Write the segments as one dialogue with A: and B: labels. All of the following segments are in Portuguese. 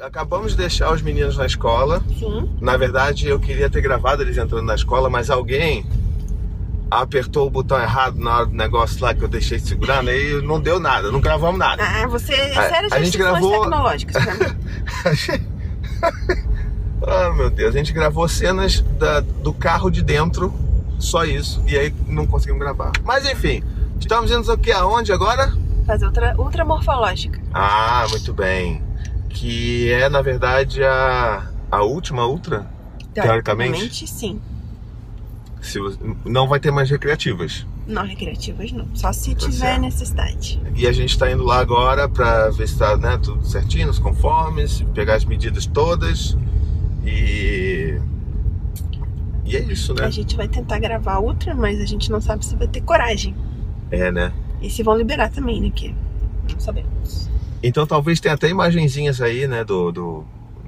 A: Acabamos de deixar os meninos na escola.
B: Sim.
A: Na verdade, eu queria ter gravado eles entrando na escola, mas alguém apertou o botão errado na hora do negócio lá que eu deixei de segurando e não deu nada, não gravamos nada.
B: Ah, você é
A: A-
B: sério
A: a gente
B: restrições
A: gravou-
B: tecnológicas pra mim.
A: Ah, meu Deus, a gente gravou cenas da- do carro de dentro, só isso, e aí não conseguimos gravar. Mas enfim, estamos indo aqui aonde agora?
B: Fazer outra ultramorfológica.
A: Ah, muito bem. Que é, na verdade, a, a última ultra. Teoricamente?
B: sim.
A: Se você- não vai ter mais recreativas.
B: Não recreativas não. Só se
A: Tá
B: tiver
A: certo.
B: necessidade.
A: E a gente tá indo lá agora pra ver se tá né, tudo certinho, nos conformes, pegar as medidas todas. E. E é isso,
B: A
A: né?
B: gente vai tentar gravar outra, mas a gente não sabe se vai ter coragem.
A: É, né?
B: E se vão liberar também, né? Que não sabemos.
A: Então talvez tenha até imagenzinhas aí, né, do, do,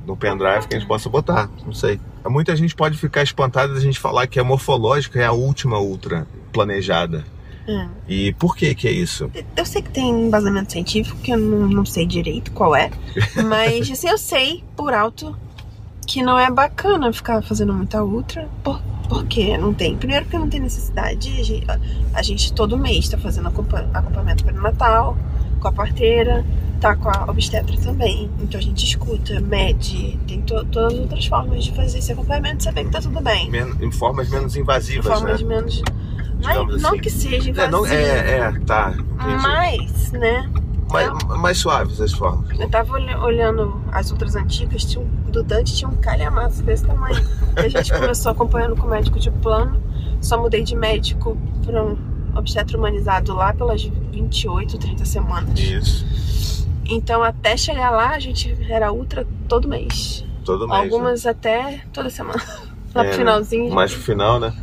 A: do pendrive que a gente possa botar, não sei. Muita gente pode ficar espantada da gente falar que a morfológica é a última ultra planejada.
B: É.
A: E por que que é isso?
B: Eu sei que tem embasamento científico, que eu não, não sei direito qual é, mas assim, eu sei por alto que não é bacana ficar fazendo muita ultra, por, porque não tem. Primeiro porque não tem necessidade, a gente, a gente todo mês tá fazendo acompa- acompanhamento para o Natal, com a parteira, tá com a obstetra também, então a gente escuta, mede, tem to- todas as outras formas de fazer esse acompanhamento, saber que tá tudo bem.
A: Men- em formas menos invasivas,
B: Formas
A: né?
B: menos. Não,
A: Digamos
B: não
A: assim.
B: que seja
A: É, não,
B: invasivo,
A: é, é, tá. entendi.
B: mas, né?
A: Mais, mais suaves as formas.
B: Eu tava olha- olhando as outras antigas, tinha um, do Dante tinha um calhamaço desse tamanho. E a gente começou acompanhando com o médico de plano, só mudei de médico pra um obstetra humanizado lá pelas 28, 30 semanas.
A: Isso.
B: Então até chegar lá, a gente era ultra todo mês.
A: Todo mês. né?
B: Algumas até toda semana.
A: É,
B: Lá pro
A: né?
B: finalzinho.
A: mais pro final, né?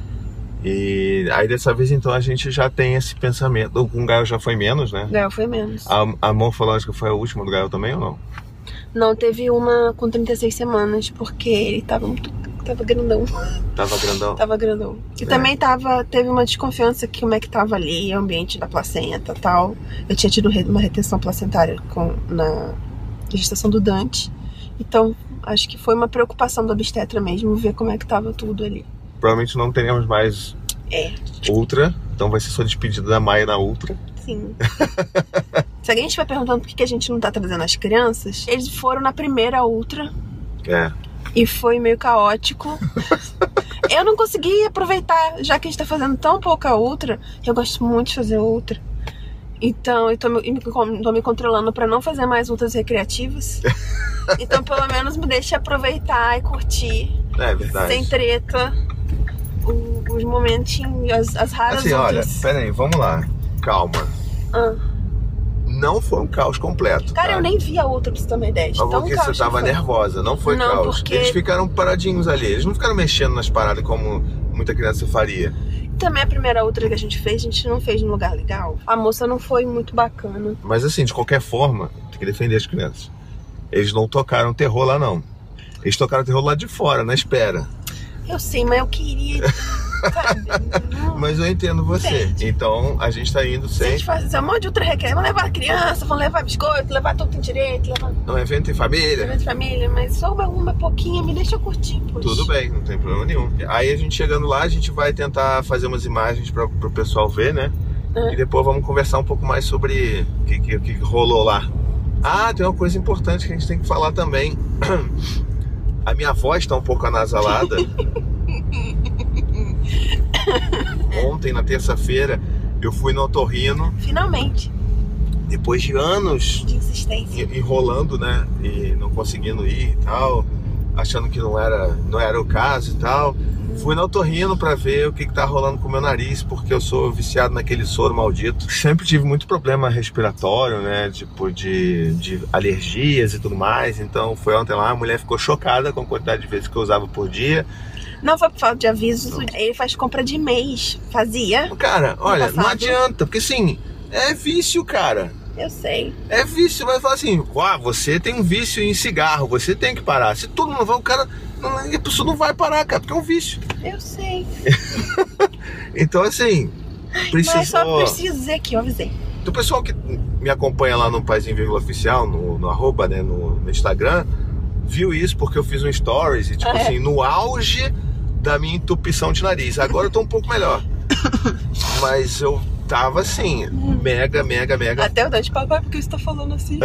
A: E aí dessa vez então a gente já tem esse pensamento. O com Gaio já foi menos, né?
B: Gael foi menos.
A: A, a morfológica foi a última do Gaio também ou não?
B: Não, teve uma com 36 semanas, porque ele tava muito. tava grandão.
A: Tava grandão.
B: Tava grandão. E
A: É.
B: também tava, teve uma desconfiança que como é que tava ali, o ambiente da placenta e tal. Eu tinha tido re- uma retenção placentária com, na gestação do Dante. Então, acho que foi uma preocupação da obstetra mesmo, ver como é que tava tudo ali.
A: Provavelmente não teremos mais
B: É.
A: Ultra. Então vai ser só despedida da Maia na Ultra.
B: Sim. Se alguém estiver perguntando por que que a gente não tá trazendo as crianças, eles foram na primeira ultra
A: É.
B: e foi meio caótico. eu não consegui aproveitar, já que a gente tá fazendo tão pouca ultra. Eu gosto muito de fazer ultra. Então, eu tô me, me- tô me controlando pra não fazer mais ultras recreativas. então, pelo menos me deixe aproveitar e curtir,
A: É verdade.
B: sem treta, o- os momentinhos, as, as raras
A: Assim, olha,
B: ultras.
A: peraí, vamos lá. Calma.
B: Ah.
A: Não foi um caos completo.
B: Cara,
A: tá?
B: eu nem vi a outra pra você ter uma ideia. de
A: Mas
B: tão
A: porque
B: caos
A: você
B: que
A: tava
B: foi.
A: nervosa, não foi
B: Não,
A: caos.
B: porque-
A: Eles ficaram paradinhos ali, eles não ficaram mexendo nas paradas como muita criança faria.
B: Também a primeira outra que a gente fez, a gente não fez num lugar legal. A moça não foi muito bacana.
A: Mas assim, de qualquer forma, tem que defender as crianças. Eles não tocaram terror lá, não. Eles tocaram terror lá de fora, na espera.
B: Eu sei, mas eu queria. sabe? Não.
A: Mas eu entendo você.
B: Entende.
A: Então a gente tá indo
B: Se a
A: sem.
B: gente faz um monte de ultra requer, vão levar criança, vão levar biscoito, levar tudo em direito, levar
A: É um evento em família.
B: levar de família, mas só uma, uma pouquinha, me deixa eu curtir, poxa.
A: Tudo bem, não tem problema nenhum. Aí a gente chegando lá, a gente vai tentar fazer umas imagens para o pessoal ver, né?
B: É.
A: E depois vamos conversar um pouco mais sobre o que, que- o que rolou lá. Ah, tem uma coisa importante que a gente tem que falar também. A minha voz tá um pouco anasalada. Ontem, na terça-feira, eu fui no otorrino,
B: Finalmente,
A: depois de anos
B: de insistência.
A: en- enrolando, né? E não conseguindo ir e tal, achando que não era, não era o caso e tal. Fui na Otorrino pra ver o que, que tá rolando com o meu nariz, porque eu sou viciado naquele soro maldito. Sempre tive muito problema respiratório, né? Tipo, de, de alergias e tudo mais. Então, foi ontem lá, a mulher ficou chocada com a quantidade de vezes que eu usava por dia.
B: Não foi por falta de avisos, ele faz compra de mês, fazia,
A: Cara, olha, não
B: passado.
A: adianta, porque assim, é vício, cara.
B: eu sei.
A: É vício, mas fala assim, ah, você tem um vício em cigarro, você tem que parar. Se todo mundo vai, o cara. Não, é, a pessoa não vai parar, cara, porque é um vício.
B: Eu sei.
A: Então, assim,
B: Mas só
A: precisou. Então,
B: preciso dizer que eu avisei.
A: Do pessoal que me acompanha lá no Paizinho Vírgula Oficial, no, no arroba, né, no, no Instagram, viu isso porque eu fiz um stories e, tipo
B: Ah, é?
A: assim, no auge da minha entupição de nariz. Agora eu tô um pouco melhor. Mas eu tava assim, mega, mega, mega.
B: Até eu dar de papai porque você tá falando assim.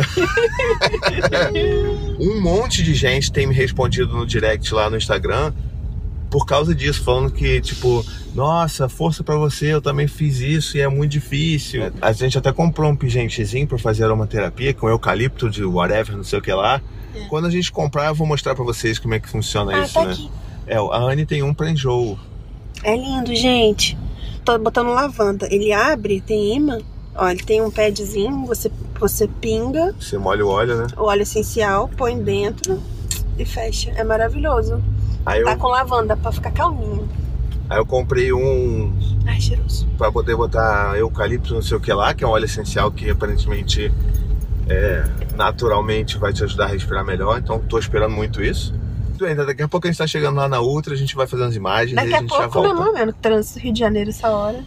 A: É Um monte de gente tem me respondido no direct lá no Instagram por causa disso, falando que, tipo, nossa, força pra você, eu também fiz isso e é muito difícil. A gente até comprou um pigentezinho pra fazer aromaterapia com eucalipto de whatever, não sei o que lá.
B: É.
A: Quando a gente comprar, eu vou mostrar pra vocês como é que funciona
B: ah,
A: isso,
B: tá
A: né?
B: aqui.
A: É, a Anne tem um pra enjoo.
B: É lindo, gente. Tô botando lavanda. Ele abre, tem imã. Ó, ele tem um padzinho, você, você pinga
A: Você molha o óleo, né?
B: o óleo essencial, põe dentro e fecha. É maravilhoso.
A: Aí eu,
B: Tá com lavanda pra ficar calminho.
A: aí eu comprei um
B: Ai, cheiroso.
A: pra poder botar eucalipto, não sei o que lá, que é um óleo essencial que aparentemente é, naturalmente vai te ajudar a respirar melhor. Então tô esperando muito isso. Tudo bem, daqui a pouco a gente tá chegando lá na outra, a gente vai fazer as imagens e
B: Daqui
A: a
B: a
A: gente já
B: pouco,
A: volta.
B: meu nome é no trânsito do Rio de Janeiro essa hora.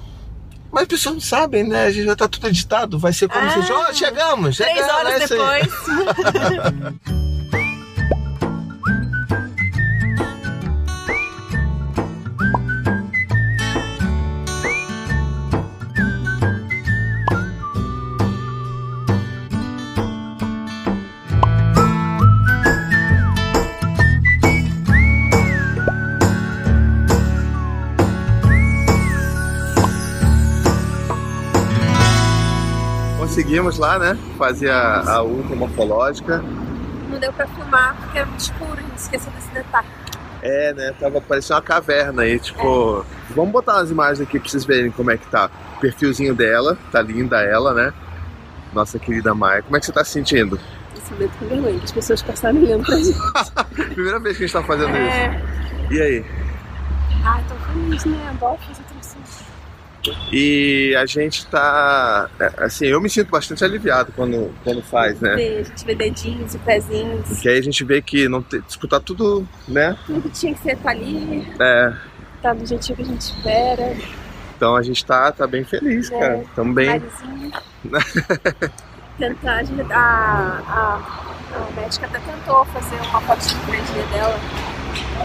A: Mas as pessoas não sabem, né? A gente já tá tudo editado, vai ser como
B: Ah,
A: se fosse, ó, chegamos, chegamos,
B: Três
A: é
B: horas
A: isso aí."
B: depois.
A: Conseguimos lá, né? Fazer a, a ultra morfológica.
B: Não deu pra filmar porque é muito escuro, a gente esqueceu desse detalhe.
A: É, né? Tava parecendo uma caverna aí, tipo. Vamos botar umas imagens aqui pra vocês verem como é que tá. O perfilzinho dela, tá linda ela, né? Nossa querida Maia. Como é que você tá se sentindo?
B: Esse medo com vergonha, as pessoas passaram olhando pra gente.
A: Primeira vez que a gente tá fazendo isso.
B: É.
A: E aí?
B: Ai, tô feliz, né? Bora fazer transição.
A: E a gente tá. é, Assim, eu me sinto bastante aliviado quando, quando faz, né?
B: A gente vê dedinhos e pezinhos.
A: Porque aí a gente vê que não tem. Disputar tudo, né?
B: Tudo tinha que ser tá ali,
A: É,
B: tá do jeitinho que a gente espera,
A: então a gente tá, tá bem feliz,
B: É.
A: cara. Tamo bem.
B: narizinho. Tentar ajudar. A, a, a médica até tentou fazer uma fotinha 3D dela,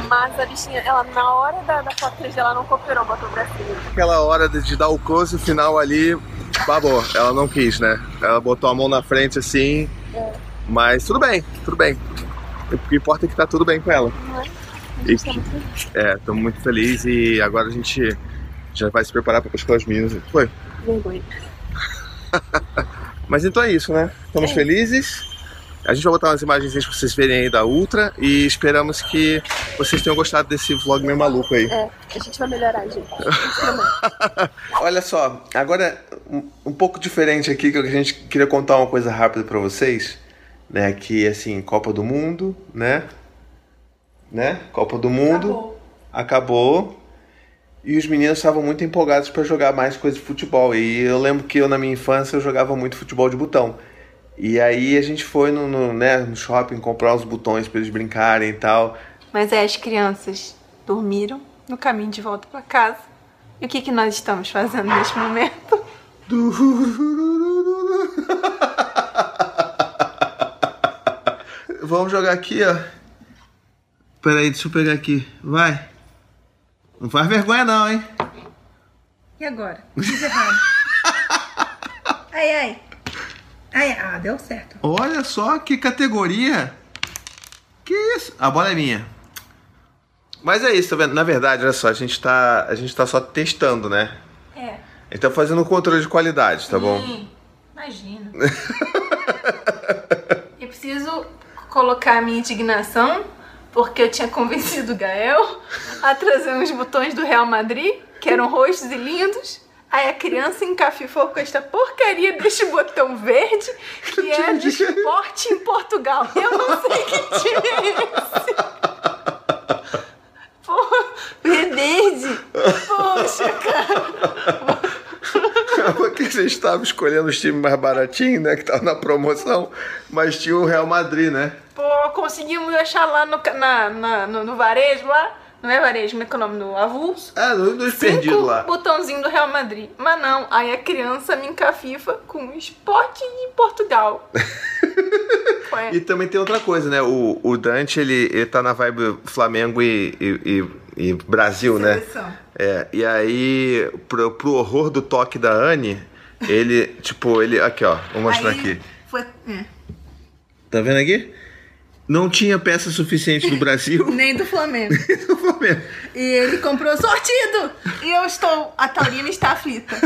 B: mas a bichinha, ela na hora da, da foto 3D, ela não cooperou com a fotografia.
A: Aquela hora de de dar o close final ali, babou. Ela não quis, né? Ela botou a mão na frente assim. Mas tudo bem, tudo bem. O que importa é que tá tudo bem com ela.
B: Não é? A
A: Ixi.
B: gente tá muito feliz.
A: É, tô muito feliz e agora a gente já vai se preparar pra buscar os meninos. Foi.
B: vergonha.
A: Mas então é isso, né? Estamos
B: É.
A: felizes. A gente vai botar umas imagens pra vocês verem aí da Ultra e esperamos que vocês tenham gostado desse vlog meio maluco aí.
B: É, a gente vai melhorar, gente.
A: Olha só, agora um, um pouco diferente aqui que a gente queria contar uma coisa rápida pra vocês, né? Que assim, Copa do Mundo, né? Né? Copa do Mundo. acabou e os meninos estavam muito empolgados para jogar mais coisa de futebol. E eu lembro que eu, na minha infância, eu jogava muito futebol de botão. E aí a gente foi no, no, né, no shopping comprar os botões para eles brincarem e tal.
C: Mas é, as crianças dormiram no caminho de volta pra casa. E o que, que nós estamos fazendo neste momento?
A: Vamos jogar aqui, ó. Peraí, deixa eu pegar aqui. Vai. Não faz vergonha não, hein?
C: E agora? Fiz errado. ai, ai. Ai, ah, deu certo.
A: Olha só que categoria. Que isso? A bola é minha. Mas é isso, tá vendo? Na verdade, olha só, a gente tá, a gente tá só testando, né?
C: É.
A: A gente tá fazendo um controle de qualidade, tá bom?
C: Ih, Imagina. eu preciso colocar a minha indignação, porque eu tinha convencido o Gael a trazer uns botões do Real Madrid, que eram roxos e lindos. Aí a criança encafifou com esta porcaria deste botão verde, que é de esporte em Portugal. Eu não sei que time é esse. Pô, é verde. Poxa, cara.
A: Porque a gente tava escolhendo os times mais baratinhos, né? Que tava na promoção, mas tinha o Real Madrid, né?
C: Pô, conseguimos achar lá no, ca- na, na- no, no varejo lá. Não é varejo, como é que é o nome? No avulso.
A: Ah, dois dois perdidos
C: Cinco
A: lá.
C: botãozinho do Real Madrid. Mas não, aí a criança me encafifa com um esporte de Portugal. maconha.
A: E também tem outra coisa, né? O, o Dante, ele, ele tá na vibe Flamengo e, e- e- e Brasil, né?
C: Seleção.
A: É, e aí, pro, pro horror do toque da Anne, ele, tipo, ele. Aqui, ó, vou mostrar
C: Aí
A: aqui.
C: Foi, é.
A: Tá vendo aqui? Não tinha peça suficiente do Brasil
C: Nem do Flamengo.
A: do Flamengo.
C: e ele comprou sortido! E eu estou. A Taurina está aflita.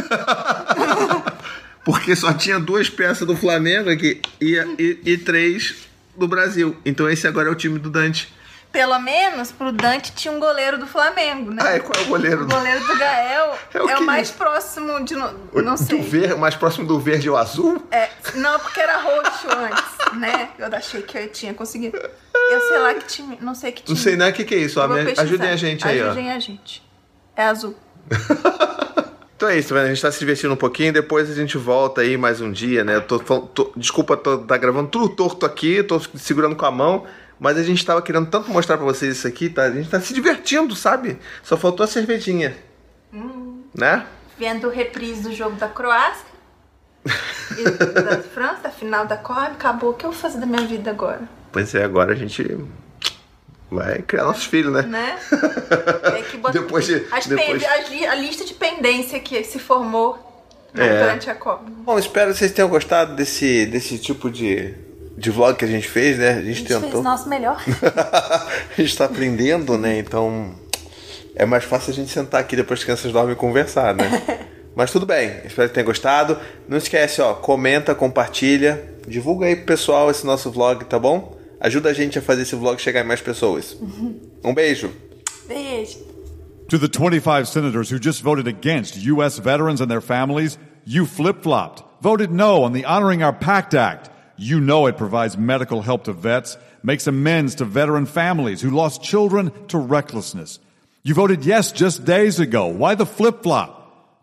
A: Porque só tinha duas peças do Flamengo aqui e, e- e três do Brasil. Então esse agora é o time do Dante.
C: Pelo menos pro Dante tinha um goleiro do Flamengo, né?
A: Ah, e qual é o goleiro?
C: O goleiro do Gael
A: É
C: é
A: o
C: o,
A: quê?
C: mais próximo de. no-
A: O-
C: Não sei.
A: Do ver, mais próximo do verde ou azul?
C: É, não, porque era roxo antes, né? Eu achei que eu tinha conseguido. Eu sei lá que time. Não sei que time.
A: Não sei nem o que, que é isso. ó,
C: Vou
A: me-
C: pesquisar.
A: Ajudem a gente aí, ó.
C: Ajudem a gente. É azul.
A: Então é isso, tá vendo? A gente tá se divertindo um pouquinho, depois a gente volta aí mais um dia, né? Eu tô, fal- tô- desculpa, tô tá gravando tudo torto aqui, tô segurando com a mão, mas a gente tava querendo tanto mostrar pra vocês isso aqui, tá? A gente tá se divertindo, sabe? Só faltou a cervejinha.
C: Hum.
A: Né?
C: Vendo o reprise do jogo da Croácia e da França, da final da Copa, acabou. O que eu vou fazer da minha vida agora?
A: Pois é, agora a gente vai criar nossos filhos, né?
C: Né? Tem que botar
A: Depois de-
C: as
A: depois-
C: pen- as li- a lista de pendência que se formou né,
A: É.
C: durante a Copa.
A: Bom, espero que vocês tenham gostado desse, desse tipo de, de vlog que a gente fez, né? A gente,
C: A gente
A: tentou.
C: fez o nosso melhor.
A: a gente tá aprendendo, né? Então é mais fácil a gente sentar aqui depois que as crianças dormem e conversar, né? Mas tudo bem, espero que tenha gostado. Não esquece, ó, comenta, compartilha, divulga aí pro pessoal esse nosso vlog, tá bom? Ajuda a gente a fazer esse vlog chegar em mais pessoas. Um beijo!
C: Beijo.
D: To the 25 senators who just voted against U.S. veterans and their families, you flip flopped, voted no on the Honoring Our Pact Act. You know it provides medical help to vets, makes amends to veteran families who lost children to recklessness. You voted yes just days ago. Why the flip flop?